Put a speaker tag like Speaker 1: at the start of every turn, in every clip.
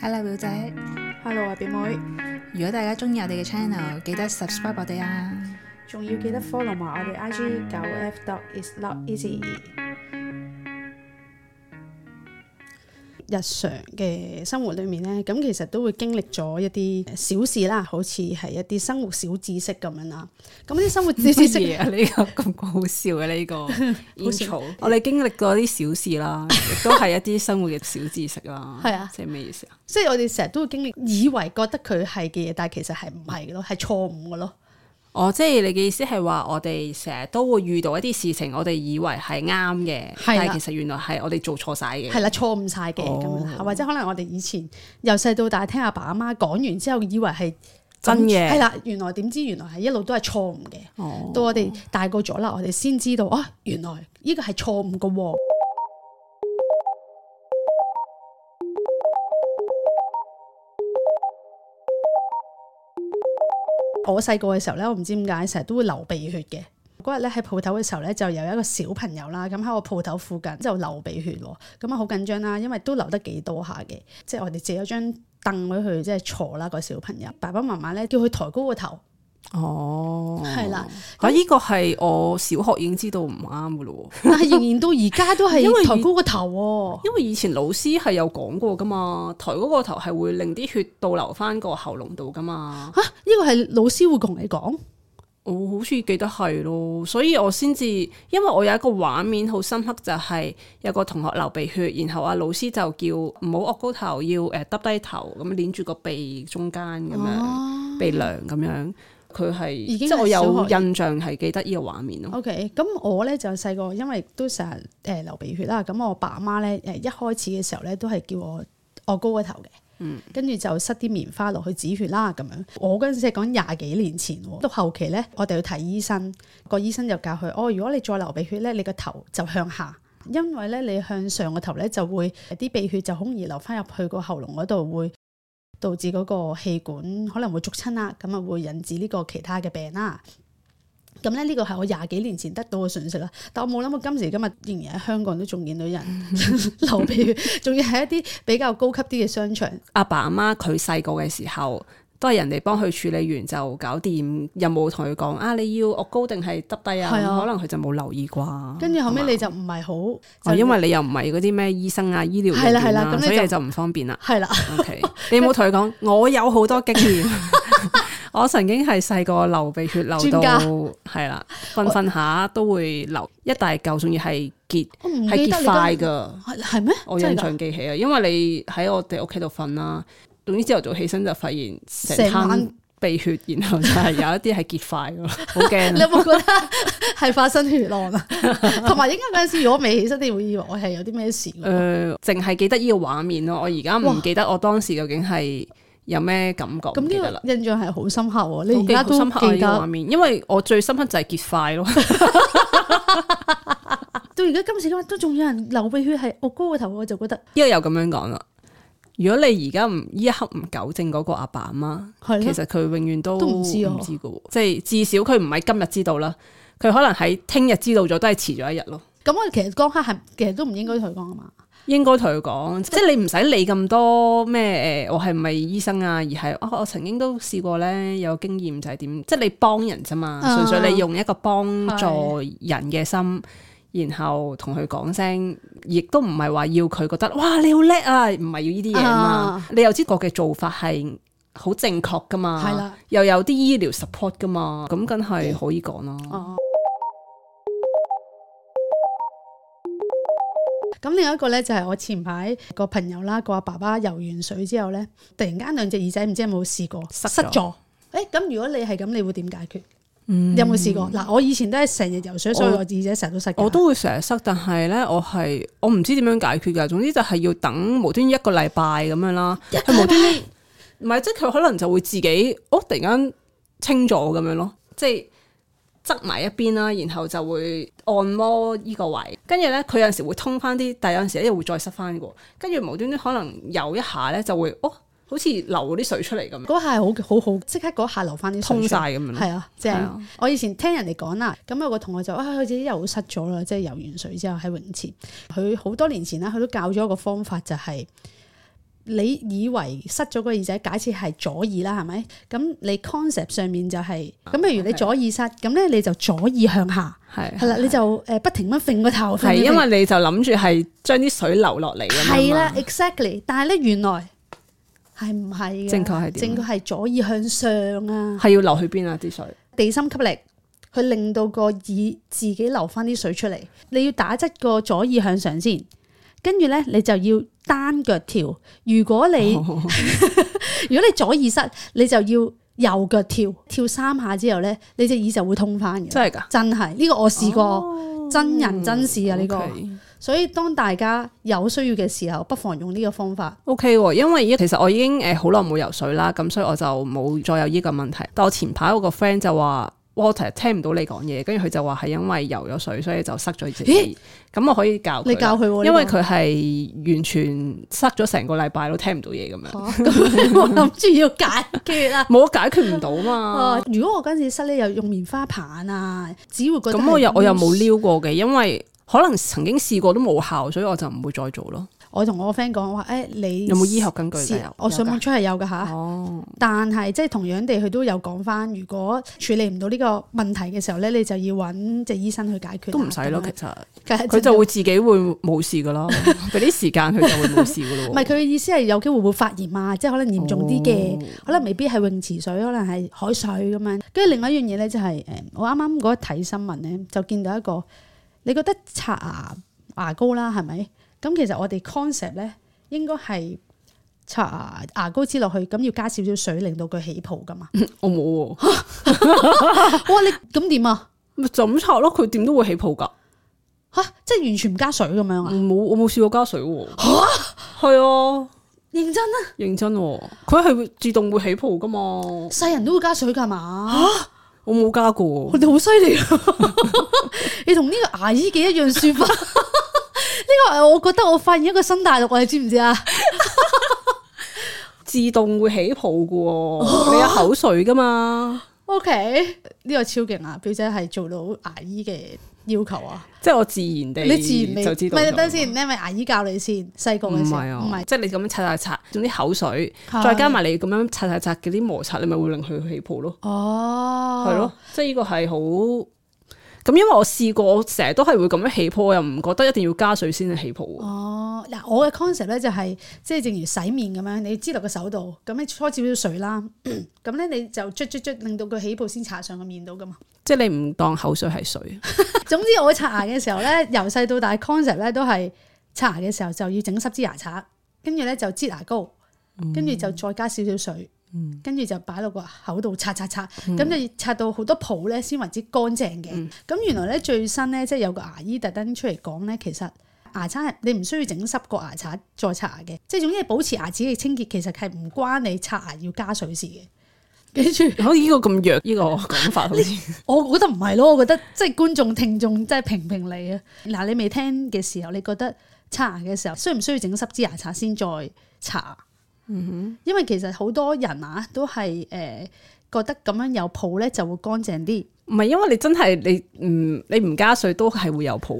Speaker 1: Hello 表姐，
Speaker 2: Hello 啊，表妹，
Speaker 1: 如果大家中意我哋嘅 channel，記得 subscribe 我哋啊！
Speaker 2: 仲要記得 follow 埋我哋 IG 九 F dot is not easy。日常嘅生活裏面呢，咁其實都會經歷咗一啲小事啦，好似係一啲生活小知識咁樣啦。咁啲生活小知 識，
Speaker 3: 啊？呢個咁好笑嘅 呢個煙草，我哋經歷過啲小事啦， 亦都係一啲生活嘅小知識啦。
Speaker 2: 係啊
Speaker 3: 即係咩意思啊？
Speaker 2: 即係我哋成日都會經歷，以為覺得佢係嘅嘢，但係其實係唔係嘅咯，係錯誤嘅咯。
Speaker 3: 哦，即係你嘅意思係話，我哋成日都會遇到一啲事情，我哋以為係啱
Speaker 2: 係
Speaker 3: 嘅，但
Speaker 2: 啦
Speaker 3: 係其實原來係我哋做錯晒嘅。哦
Speaker 2: 係啦，錯誤晒嘅咁樣啦，或者可能我哋以前由細到大聽阿爸阿媽講完之後，以為係
Speaker 3: 真嘅
Speaker 2: 係啦，原來點知原來係一路都係錯誤嘅。
Speaker 3: 哦，
Speaker 2: 到我哋大個咗啦，我哋先知道啊，原來呢個係錯誤嘅喎。我細個嘅時候咧，我唔知點解成日都會流鼻血嘅。嗰日咧喺鋪頭嘅時候咧，就有一個小朋友啦，咁喺我鋪頭附近就流鼻血喎，咁啊好緊張啦，因為都流得幾多下嘅，即係我哋借咗張凳俾佢即係坐啦個小朋友，爸爸媽媽咧叫佢抬高個頭，
Speaker 3: 哦，
Speaker 2: 係啦。
Speaker 3: 啊，呢個係我小學已經知道唔啱嘅咯喎，
Speaker 2: 但係仍然到而家都
Speaker 3: 因為
Speaker 2: 係抬高個頭喎、
Speaker 3: 因為以前老師係有講過噶嘛，抬嗰個頭係會令啲血倒流翻個喉嚨度噶嘛。
Speaker 2: 嚇、呢個係老師會同你講，
Speaker 3: 我好似記得係咯，所以我先至，因為我有一個畫面好深刻，就係、有個同學流鼻血，然後啊老師就叫唔好擱高頭，要誒耷低頭咁捏住個鼻中間咁樣、鼻梁咁樣，佢係
Speaker 2: 哦已經
Speaker 3: 即係我
Speaker 2: 係小
Speaker 3: 有
Speaker 2: 學哦
Speaker 3: 印象係記得呢個畫面咯。
Speaker 2: OK，咁我咧就細個，因為都成日誒流鼻血啦。咁我爸媽咧誒一開始嘅時候咧，都係叫我我高個頭嘅。跟住就塞啲棉花落去止血啦，咁樣。我嗰陣時係講廿幾年前喎，到後期咧，我哋去睇醫生，個醫生就教佢：哦，如果你再流鼻血咧，你個頭就向下，因為咧你向上個頭咧就會呃啲鼻血就好容易流翻入去個喉嚨嗰度，會導致嗰個氣管可能會捉親啦，咁啊會引致呢個其他嘅病啦。咁咧呢個係我廿幾年前得到嘅訊息啦，但我冇諗過今時今日仍然喺香港都仲見到人 流鼻血，仲要係一啲比較高級啲嘅商場。
Speaker 3: 阿爸阿媽佢細個嘅時候。都係人哋幫佢處理完就搞掂，又冇同佢講啊！你要擱高定係耷低啊？
Speaker 2: 係啊
Speaker 3: 可能佢就冇留意啩。
Speaker 2: 跟住後
Speaker 3: 係
Speaker 2: 尾
Speaker 3: 嘛
Speaker 2: 你就唔係好，
Speaker 3: 哦，
Speaker 2: 就
Speaker 3: 因為你又唔係嗰啲咩醫生啊、醫療
Speaker 2: 係啦
Speaker 3: 人員
Speaker 2: 係啦咁
Speaker 3: 啦，
Speaker 2: 你
Speaker 3: 所以
Speaker 2: 就。
Speaker 3: 就唔方便啦
Speaker 2: 係啦，
Speaker 3: OK，你冇同佢講，我有好多經 驗。我曾經係細個流鼻血流到
Speaker 2: 專家
Speaker 3: 係啦，瞓瞓下都會流一大嚿，仲要係結
Speaker 2: 我唔
Speaker 3: 係
Speaker 2: 記得
Speaker 3: 結
Speaker 2: 你
Speaker 3: 塊
Speaker 2: 咁
Speaker 3: 噶。
Speaker 2: 係係咩？
Speaker 3: 我
Speaker 2: 真
Speaker 3: 印
Speaker 2: 係㗎
Speaker 3: 象記起啊，因為你喺我哋屋企度瞓啦，總之朝頭早起身就發現成
Speaker 2: 成
Speaker 3: 灘
Speaker 2: 晚
Speaker 3: 鼻血，然後就係有一啲係結塊噶，好
Speaker 2: 你
Speaker 3: 驚
Speaker 2: 有
Speaker 3: 啊。
Speaker 2: 冇覺得係發生血浪 啊？同埋應該嗰陣時，如果未起身，你會以為我係有啲咩事㗎
Speaker 3: 誒、呃淨係記得呢個畫面咯。我而家唔
Speaker 2: 哇
Speaker 3: 記得我當時究竟係有咩感覺，
Speaker 2: 咁
Speaker 3: 唔記得啦
Speaker 2: 呢。個印象係好深刻喎，
Speaker 3: 好
Speaker 2: 你而家
Speaker 3: 記好
Speaker 2: 都
Speaker 3: 深刻啊
Speaker 2: 記
Speaker 3: 呢個畫
Speaker 2: 得，
Speaker 3: 面，因為我最深刻就係結塊咯。
Speaker 2: 到而家今時今日都仲有人流鼻血係我高個頭，我就覺得
Speaker 3: 因為又咁樣講啦。如果你而家唔依一刻唔糾正嗰個阿爸阿媽，
Speaker 2: 係
Speaker 3: 其
Speaker 2: 咯。
Speaker 3: 實佢永遠都
Speaker 2: 都唔知啊
Speaker 3: 唔知㗎喎。即係至少佢唔係今日知道啦，佢可能喺聽日知道咗，都係遲咗一日咯。
Speaker 2: 咁我其實嗰刻係其實都唔應該同佢講啊嘛，
Speaker 3: 應該同佢
Speaker 2: 嗯
Speaker 3: 講，即係你唔使理咁多咩誒，我係咪醫生啊？而係啊，我曾經都試過咧，有經驗就係點，即係你幫人啫嘛，
Speaker 2: 啊
Speaker 3: 純粹你用一個幫助人嘅心，然後同佢講聲，亦都唔係話要佢覺得哇你好叻啊，唔係要呢啲嘢嘛，
Speaker 2: 啊
Speaker 3: 你又知我嘅做法係好正確噶嘛，
Speaker 2: 係啦，
Speaker 3: 又有啲醫療 support 噶嘛，咁梗係可以講啦。
Speaker 2: 哦。咁另一個咧就係我前排個朋友啦，個阿爸爸游完水之後咧，突然間兩隻耳仔唔知有冇試過
Speaker 3: 塞咗
Speaker 2: 塞咗。誒咁、如果你係咁，你會點解決？你有冇試過？嗱，我以前都係成日游水，所以
Speaker 3: 嗯我
Speaker 2: 我耳仔成日都塞㗎。
Speaker 3: 我都會成日塞，但係咧，我係我唔知點樣解決㗎。總之就係要等無端一個禮拜咁樣啦。佢無端端，唔係即係佢可能就會自己，哦，突然間清咗咁樣咯，即係側埋一邊啦，然後就會按摩呢個位。跟住咧，佢有陣時會通翻啲，但係有陣時咧又會再塞翻嘅。跟住無端端可能有一下咧就會，哦，好似流啲水出嚟咁，
Speaker 2: 嗰下係好好好，即刻嗰下流翻啲水出嚟
Speaker 3: 通晒咁樣咯。
Speaker 2: 係啊，
Speaker 3: 係
Speaker 2: 正
Speaker 3: 啊。
Speaker 2: 我以前聽人哋講啦，咁有個同學就啊，佢自己又塞咗啦，即係游完水之後喺泳池。佢好多年前啦，佢都教咗一個方法，就係你以為塞咗個耳仔，假設係左耳啦，係咪？咁你 concept 上面就係、咁，譬如你左耳塞，咁咧你就左耳向下，
Speaker 3: 係
Speaker 2: 係啦，你就誒不停咁揈個頭，
Speaker 3: 係
Speaker 2: 揈
Speaker 3: 因為你就諗住係將啲水流落嚟咁
Speaker 2: 係
Speaker 3: 樣啊
Speaker 2: 啦
Speaker 3: 嘛，
Speaker 2: ，exactly。但係咧，原來係唔係嘅？
Speaker 3: 正確係點啊
Speaker 2: 正確係左耳向上啊，
Speaker 3: 係要流去邊啊啲水？
Speaker 2: 地心吸力。佢令到個耳自己流翻啲水出嚟，你要打側個左耳向上先，跟住咧你就要單腳跳。如果你
Speaker 3: 哦
Speaker 2: 如果你左耳塞，你就要右腳跳，跳三下之後咧，你隻耳就會通翻嘅。
Speaker 3: 真係㗎？哦
Speaker 2: 真係呢、個我試過，真人真事啊呢、個。所以當大家有需要嘅時候，不妨用呢個方法。
Speaker 3: O K 喎，因為依其實我已經誒好耐冇游水啦，咁所以我就冇再有呢個問題。但我前排我個 friend 就話。我其實聽唔到你講嘢，跟住佢就話係因為游咗水，所以就塞咗自己。咁我可以教佢啦，
Speaker 2: 你教佢啊喎呢個
Speaker 3: 因為佢係完全塞咗成個禮拜都聽唔到嘢咁樣，
Speaker 2: 咁 我諗住要解決啦。
Speaker 3: 冇解決唔到嘛。
Speaker 2: 啊！如果我嗰陣時室咧又用棉花棒啊，只會覺得
Speaker 3: 咁我又
Speaker 2: 係
Speaker 3: 我又冇撩過嘅，因為可能曾經試過都冇效，所以我就唔會再做咯。
Speaker 2: 我同我 friend 講話，誒、哎你
Speaker 3: 有冇醫學根據
Speaker 2: 試
Speaker 3: 㗎有
Speaker 2: 我上網出係有㗎吓，
Speaker 3: 哦，
Speaker 2: 但係即係同樣地，佢都有講翻，如果處理唔到呢個問題嘅時候咧，你就要揾隻醫生去解決啊。
Speaker 3: 都唔使咯，其
Speaker 2: 咁樣
Speaker 3: 實
Speaker 2: 梗係
Speaker 3: 佢就會自己會冇事噶啦， 俾啲時間佢就會冇事噶咯。
Speaker 2: 唔係佢嘅意思係有機會會發炎啊，即係可能嚴重啲嘅，可能未必係泳池水，可能係海水咁樣。跟住另外一樣嘢咧就係、誒，我啱啱嗰日睇新聞咧，就見到一個，你覺得刷牙牙膏啦係咪？咁其實我哋 concept 咧應該係刷牙牙膏黐落去，咁要加少少水令到佢起泡噶 嘛。
Speaker 3: 我冇喎，
Speaker 2: 哇！你咁點啊？
Speaker 3: 咪就咁擦咯，佢點都會起泡㗎。
Speaker 2: 嚇！即係完全唔加水咁樣啊？
Speaker 3: 冇，我冇試過加水喎。嚇，係啊，
Speaker 2: 認真啊！
Speaker 3: 認真喎，佢係會自動會起泡㗎嘛。
Speaker 2: 世人都會加水㗎嘛？
Speaker 3: 我冇加過
Speaker 2: 我，哋好犀利 啊，你同呢個牙醫嘅一樣說法。呢個係我覺得我發現一個新大陸啊，你知唔知 啊？
Speaker 3: 自動會起泡㗎喎，你有口水㗎嘛。
Speaker 2: O K，呢個超勁啊！表姐係做到牙醫嘅要求啊！
Speaker 3: 即係我自然地，
Speaker 2: 你自然未
Speaker 3: 就知道咗。
Speaker 2: 係等先，你係咪牙醫教你先？細個
Speaker 3: 唔
Speaker 2: 嘅時候
Speaker 3: 係
Speaker 2: 唔
Speaker 3: 啊，
Speaker 2: 係
Speaker 3: 即係你咁樣擦擦擦，用啲口水，
Speaker 2: 係
Speaker 3: 再加埋你咁樣擦擦擦嗰啲摩擦，你咪會令佢起泡咯。
Speaker 2: 哦，
Speaker 3: 係咯，即係呢個係好咁，因為我試過，我成日都係會咁樣起泡，我又唔覺得一定要加水先至起泡喎。
Speaker 2: 哦，嗱，我嘅 concept 咧就係、即係正如洗面咁樣，你要擠落個手度，咁你搓少少水啦，咁咧你就捽捽捽，令到佢起泡先搽上個面度噶嘛。
Speaker 3: 即係你唔當口水係水，
Speaker 2: 總之我刷牙嘅時候咧，由細到大 concept 咧都係刷牙嘅時候就要整濕支牙刷，跟住咧就擠牙膏，跟住就再加少少水，跟住就擺落個口度刷刷刷，咁就刷到好多泡咧先為之乾淨嘅。咁、原來咧最新咧即係有個牙醫特登出嚟講咧，其實。牙刷係你唔需要整濕個牙刷再刷牙嘅，即係總之係保持牙齒嘅清潔，其實係唔關你刷牙要加水事嘅。跟住
Speaker 3: 好似呢個咁弱，呢個講法 好似
Speaker 2: 我覺得唔係咯，我覺得即係觀眾聽眾真係評評你啊！嗱，你未聽嘅時候，你覺得刷牙嘅時候需唔需要整濕支牙刷先再刷？嗯哼，因為其實好多人啊都係誒、呃、覺得咁樣有泡咧就會乾淨啲。
Speaker 3: 唔係，因為你真係你唔你唔加水都係會有泡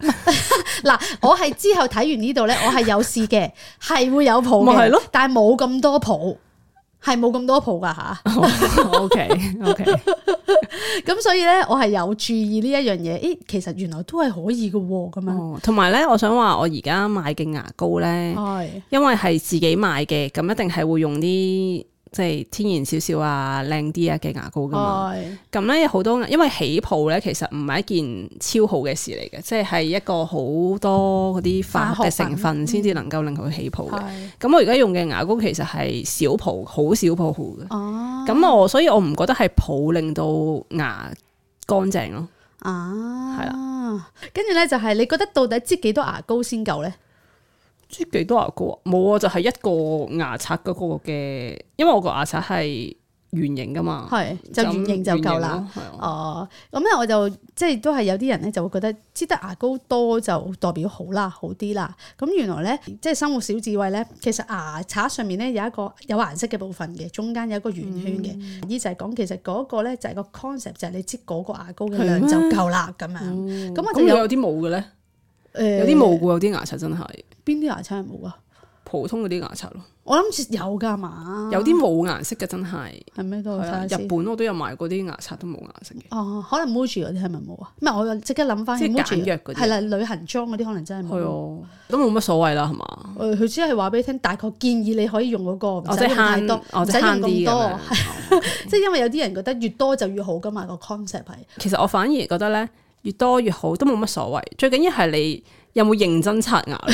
Speaker 3: 㗎，
Speaker 2: 嗱，我係之後睇完呢度咧，我係有試 嘅，係會有泡嘅，
Speaker 3: 咪係咯
Speaker 2: 但係冇咁多泡，係冇咁多泡㗎吓。
Speaker 3: O K O K，
Speaker 2: 咁所以咧，我係有注意呢一樣嘢。咦，其實原來都係可以嘅喎，咁樣
Speaker 3: 同埋咧，我想話我而家買嘅牙膏咧，
Speaker 2: 係
Speaker 3: 因為係自己買嘅，咁一定係會用啲即係天然少少啊、靚啲啊嘅牙膏㗎嘛。
Speaker 2: 係
Speaker 3: 咁咧有好多，因為起泡咧其實唔係一件超好嘅事嚟嘅，即係係一個好多嗰
Speaker 2: 嗯
Speaker 3: 啲化學嘅成分先至能夠令佢起泡嘅。
Speaker 2: 係。
Speaker 3: 咁我而家用嘅牙膏其實係小泡，好小泡好嘅。
Speaker 2: 哦，
Speaker 3: 咁我所以我唔覺得係泡令到牙乾淨咯。
Speaker 2: 啊，
Speaker 3: 係
Speaker 2: 啦。跟住咧就係你覺得到底擠幾多牙膏先夠咧？
Speaker 3: 即係幾多牙膏啊？冇啊，就係、一個牙刷嗰個嘅，因為我個牙刷係圓形噶嘛，
Speaker 2: 係就圓形就夠啦。
Speaker 3: 哦咁圓形咯。係啊
Speaker 2: 哦，咁咧我就即係都係有啲人咧就會覺得擠得牙膏多就代表好啦，好啲啦。咁原來咧即係生活小智慧咧，其實牙刷上面咧有一個有顏色嘅部分嘅，中間有一個圓圈嘅。
Speaker 3: 嗯
Speaker 2: 依、就係講其實嗰個咧就係個 concept 就係你擠嗰個牙膏嘅量就夠啦咁樣。咁我
Speaker 3: 哦咁
Speaker 2: 就
Speaker 3: 有
Speaker 2: 有呃
Speaker 3: 有啲冇嘅咧，
Speaker 2: 誒
Speaker 3: 有啲冇嘅喎，有啲牙刷真係
Speaker 2: 邊啲牙刷係冇啊？
Speaker 3: 普通嗰啲牙刷咯，
Speaker 2: 我諗住有㗎嘛，
Speaker 3: 有啲冇顏色嘅真係。
Speaker 2: 係咩都
Speaker 3: 係啊
Speaker 2: 嗯睇下
Speaker 3: 日
Speaker 2: 先。
Speaker 3: 本我都有買過啲牙刷都冇顏色嘅。
Speaker 2: 哦，可能 Muji 嗰啲係咪冇啊？唔係，我又即刻諗翻起
Speaker 3: 即係
Speaker 2: Muji 啊
Speaker 3: 簡約嗰啲啊
Speaker 2: 係啦，旅行裝嗰啲可能真係
Speaker 3: 係
Speaker 2: 冇。
Speaker 3: 啊，都冇乜所謂啦，係嘛？
Speaker 2: 誒佢只係話俾你聽，大概建議你可以用嗰個，唔
Speaker 3: 或
Speaker 2: 使
Speaker 3: 者
Speaker 2: 用太
Speaker 3: 哦慳
Speaker 2: 多，，
Speaker 3: 或
Speaker 2: 唔
Speaker 3: 者
Speaker 2: 使用咁
Speaker 3: 慳啲咁
Speaker 2: 多
Speaker 3: 樣。。哦
Speaker 2: 即係因為有啲人覺得越多就越好噶嘛，個 concept 係。
Speaker 3: 其實我反而覺得咧，越多越好，都冇乜所謂。最緊要係你有冇認真刷 牙咯，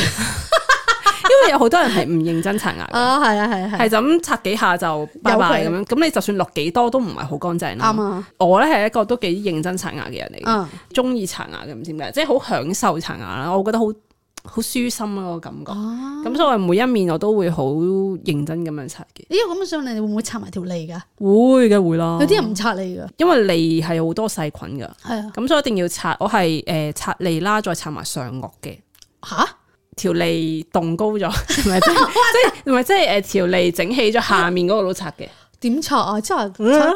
Speaker 3: 因為有好多人係唔認真刷牙嘅，
Speaker 2: 啊，係啊，係啊，係啊
Speaker 3: 係就咁刷幾下就拜拜咁樣。咁你就算落幾多都唔係好乾淨啦。
Speaker 2: 啱啊，
Speaker 3: 我咧係一個都幾認真刷牙嘅人嚟嘅，
Speaker 2: 嗯，
Speaker 3: 中意刷牙嘅，唔知點解，即係好享受刷牙啦。我覺得好好舒心咯個感覺。咁所以我每一面我都會好認真咁樣刷嘅。
Speaker 2: 咦，我咁想你會唔會刷埋條脷㗎？
Speaker 3: 哦會嘅會啦，
Speaker 2: 有啲人唔刷脷㗎，
Speaker 3: 因為脷係好多細菌噶，
Speaker 2: 係啊，
Speaker 3: 咁所以一定要刷。我係诶、呃刷脷啦，再刷埋上颚嘅。
Speaker 2: 吓？
Speaker 3: 條脷棟高咗， 唔係即係即係唔係即係誒條脷整起咗下面嗰個都刷嘅，
Speaker 2: 點刷啊？即係
Speaker 3: 嗯
Speaker 2: 刷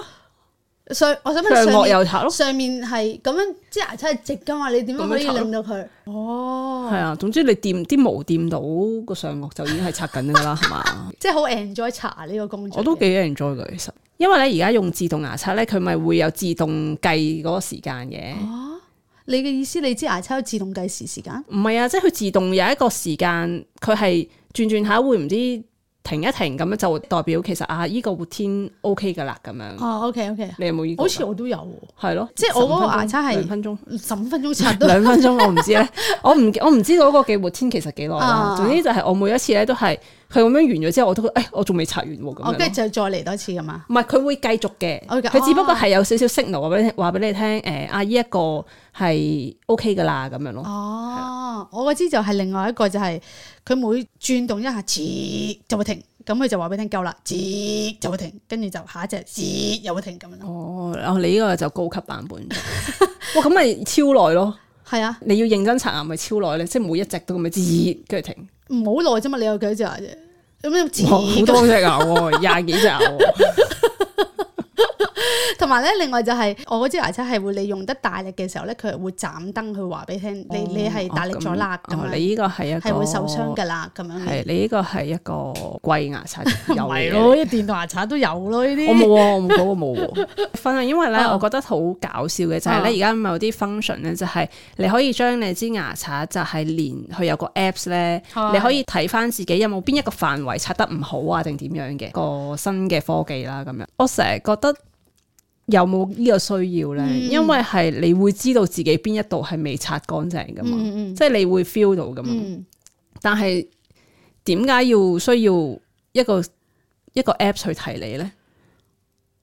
Speaker 2: 上，我想問
Speaker 3: 上
Speaker 2: 上
Speaker 3: 颚
Speaker 2: 面
Speaker 3: 又刷咯，
Speaker 2: 上面係咁樣，即係牙刷係直㗎嘛？你點樣可以
Speaker 3: 咁樣刷咯
Speaker 2: 令到佢？
Speaker 3: 係啊。總之你掂啲毛掂到個上颚就已經係刷緊㗎啦，係嘛？
Speaker 2: 即係好 enjoy 刷呢個工作嘅。
Speaker 3: 我都幾 enjoy 㗎，其實。因為咧，而家用自動牙刷咧，佢咪會有自動計嗰個時間嘅，
Speaker 2: 哦你嘅意思，你支牙刷有自動計時時間？
Speaker 3: 唔係啊，即係佢自動有一個時間，佢係轉轉下會唔知停一停咁樣，就代表其實啊依、個天 OK 㗎啦咁樣。
Speaker 2: 哦，OK OK，
Speaker 3: 你有冇依個㗎？
Speaker 2: 好似我都有喎，
Speaker 3: 係咯，
Speaker 2: 即係我嗰個牙刷係
Speaker 3: 兩 分鐘。
Speaker 2: 十五分鐘刷到。
Speaker 3: 兩分鐘我唔知咧，我唔我唔知道嗰個嘅活天其實幾耐啦
Speaker 2: 啊。
Speaker 3: 總之就係我每一次咧都係佢咁樣完咗之後，我都誒、哎、我仲未刷完喎咁
Speaker 2: 我哦跟
Speaker 3: 樣
Speaker 2: 住
Speaker 3: 咯。
Speaker 2: 就再嚟多次咁嘛。
Speaker 3: 唔係佢會繼續嘅，
Speaker 2: 我嘅哦
Speaker 3: 佢只不過係有少少 signal 話俾你話俾你聽，誒啊依一個係 OK 噶啦咁樣咯。
Speaker 2: 哦，我嗰支就係另外一個就係啊佢每轉動一下，吱就會停，咁佢就話俾你聽夠啦，吱就會停，跟住就下一隻吱又會停咁樣咯。
Speaker 3: 哦，哦你呢個就高級版 本。哇，咁咪超耐咯！
Speaker 2: 係啊，
Speaker 3: 你要認真刷牙咪超耐咧，即係每一隻都咁樣吱，跟住停。
Speaker 2: 唔好耐啫嘛，你有幾多隻牙啫？咁樣
Speaker 3: 哇好
Speaker 2: 吱
Speaker 3: 多
Speaker 2: 咁，
Speaker 3: 隻牙 喎，廿幾隻牙喎。
Speaker 2: 同埋咧，另外就係我嗰支牙刷係會你用得大力嘅時候咧，佢係會斬燈去話俾你聽，你你係大力咗啦，咁
Speaker 3: 哦
Speaker 2: 樣
Speaker 3: 你呢個係一個
Speaker 2: 係會受傷㗎啦，咁樣嘅。
Speaker 3: 係你呢個係一個貴牙刷有
Speaker 2: 唔
Speaker 3: 嘅
Speaker 2: 係咯，啲電動牙刷都有咯，呢啲
Speaker 3: 我冇喎，我冇 嗰個冇啊喎。分享，因為咧，
Speaker 2: 啊
Speaker 3: 我覺得好搞笑嘅就係咧，而家咪有啲 function 咧，就係你可以將你支牙刷就係連佢有個 apps 咧，
Speaker 2: 係
Speaker 3: 你可以睇翻自己有冇邊一個範圍刷得唔好啊，定點樣嘅個新嘅科技啦咁樣。哦我成日覺得。有冇呢個需要咧？因為係你會知道自己邊一度係未刷乾淨噶嘛，
Speaker 2: 嗯嗯
Speaker 3: 即係你會 feel 到噶嘛。
Speaker 2: 嗯
Speaker 3: 但係點解要需要一個一個 app 去提你咧？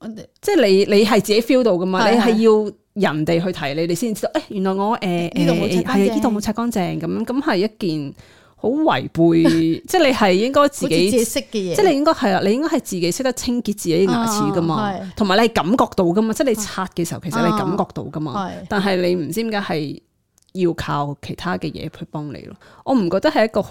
Speaker 2: 我哋
Speaker 3: 即係你你係自己 feel 到噶嘛？
Speaker 2: 係
Speaker 3: 你係要人哋去提你，你先知道。誒、哎原來我誒
Speaker 2: 呢度冇
Speaker 3: 誒
Speaker 2: 擦乾
Speaker 3: 係
Speaker 2: 淨
Speaker 3: 啊呢度冇擦乾淨咁，咁係一件好違 背，即係你係應該自
Speaker 2: 好似自
Speaker 3: 己
Speaker 2: 己。識嘅嘢，
Speaker 3: 即係你應該係啊啦，你應該係自己識得清潔自己牙齒噶嘛
Speaker 2: 啊係，哦
Speaker 3: 同埋、你係感覺到噶嘛，即係你刷嘅時候其實你感覺到噶嘛，
Speaker 2: 係
Speaker 3: 但係你唔知點解係要靠其他嘅嘢去幫你咯。我唔覺得係一個好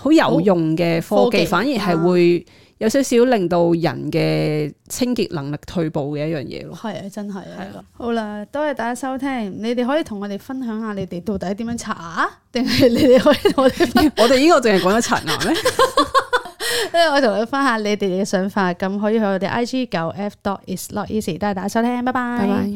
Speaker 3: 好有用嘅科
Speaker 2: 好科
Speaker 3: 技，啊
Speaker 2: 技
Speaker 3: 反而係會有少少令到人嘅清潔能力退步嘅一樣嘢咯。
Speaker 2: 係啊，真係啊！好啦，多謝大家收聽，你哋可以同我哋分享下你哋到底點樣刷牙，定 係你哋可以同我哋分，
Speaker 3: 我哋呢個淨係講咗啊刷牙咩？
Speaker 2: 我同佢分享你哋嘅想法，咁可以去我哋 I G 九 F dot is not easy，多謝大家收聽，拜拜。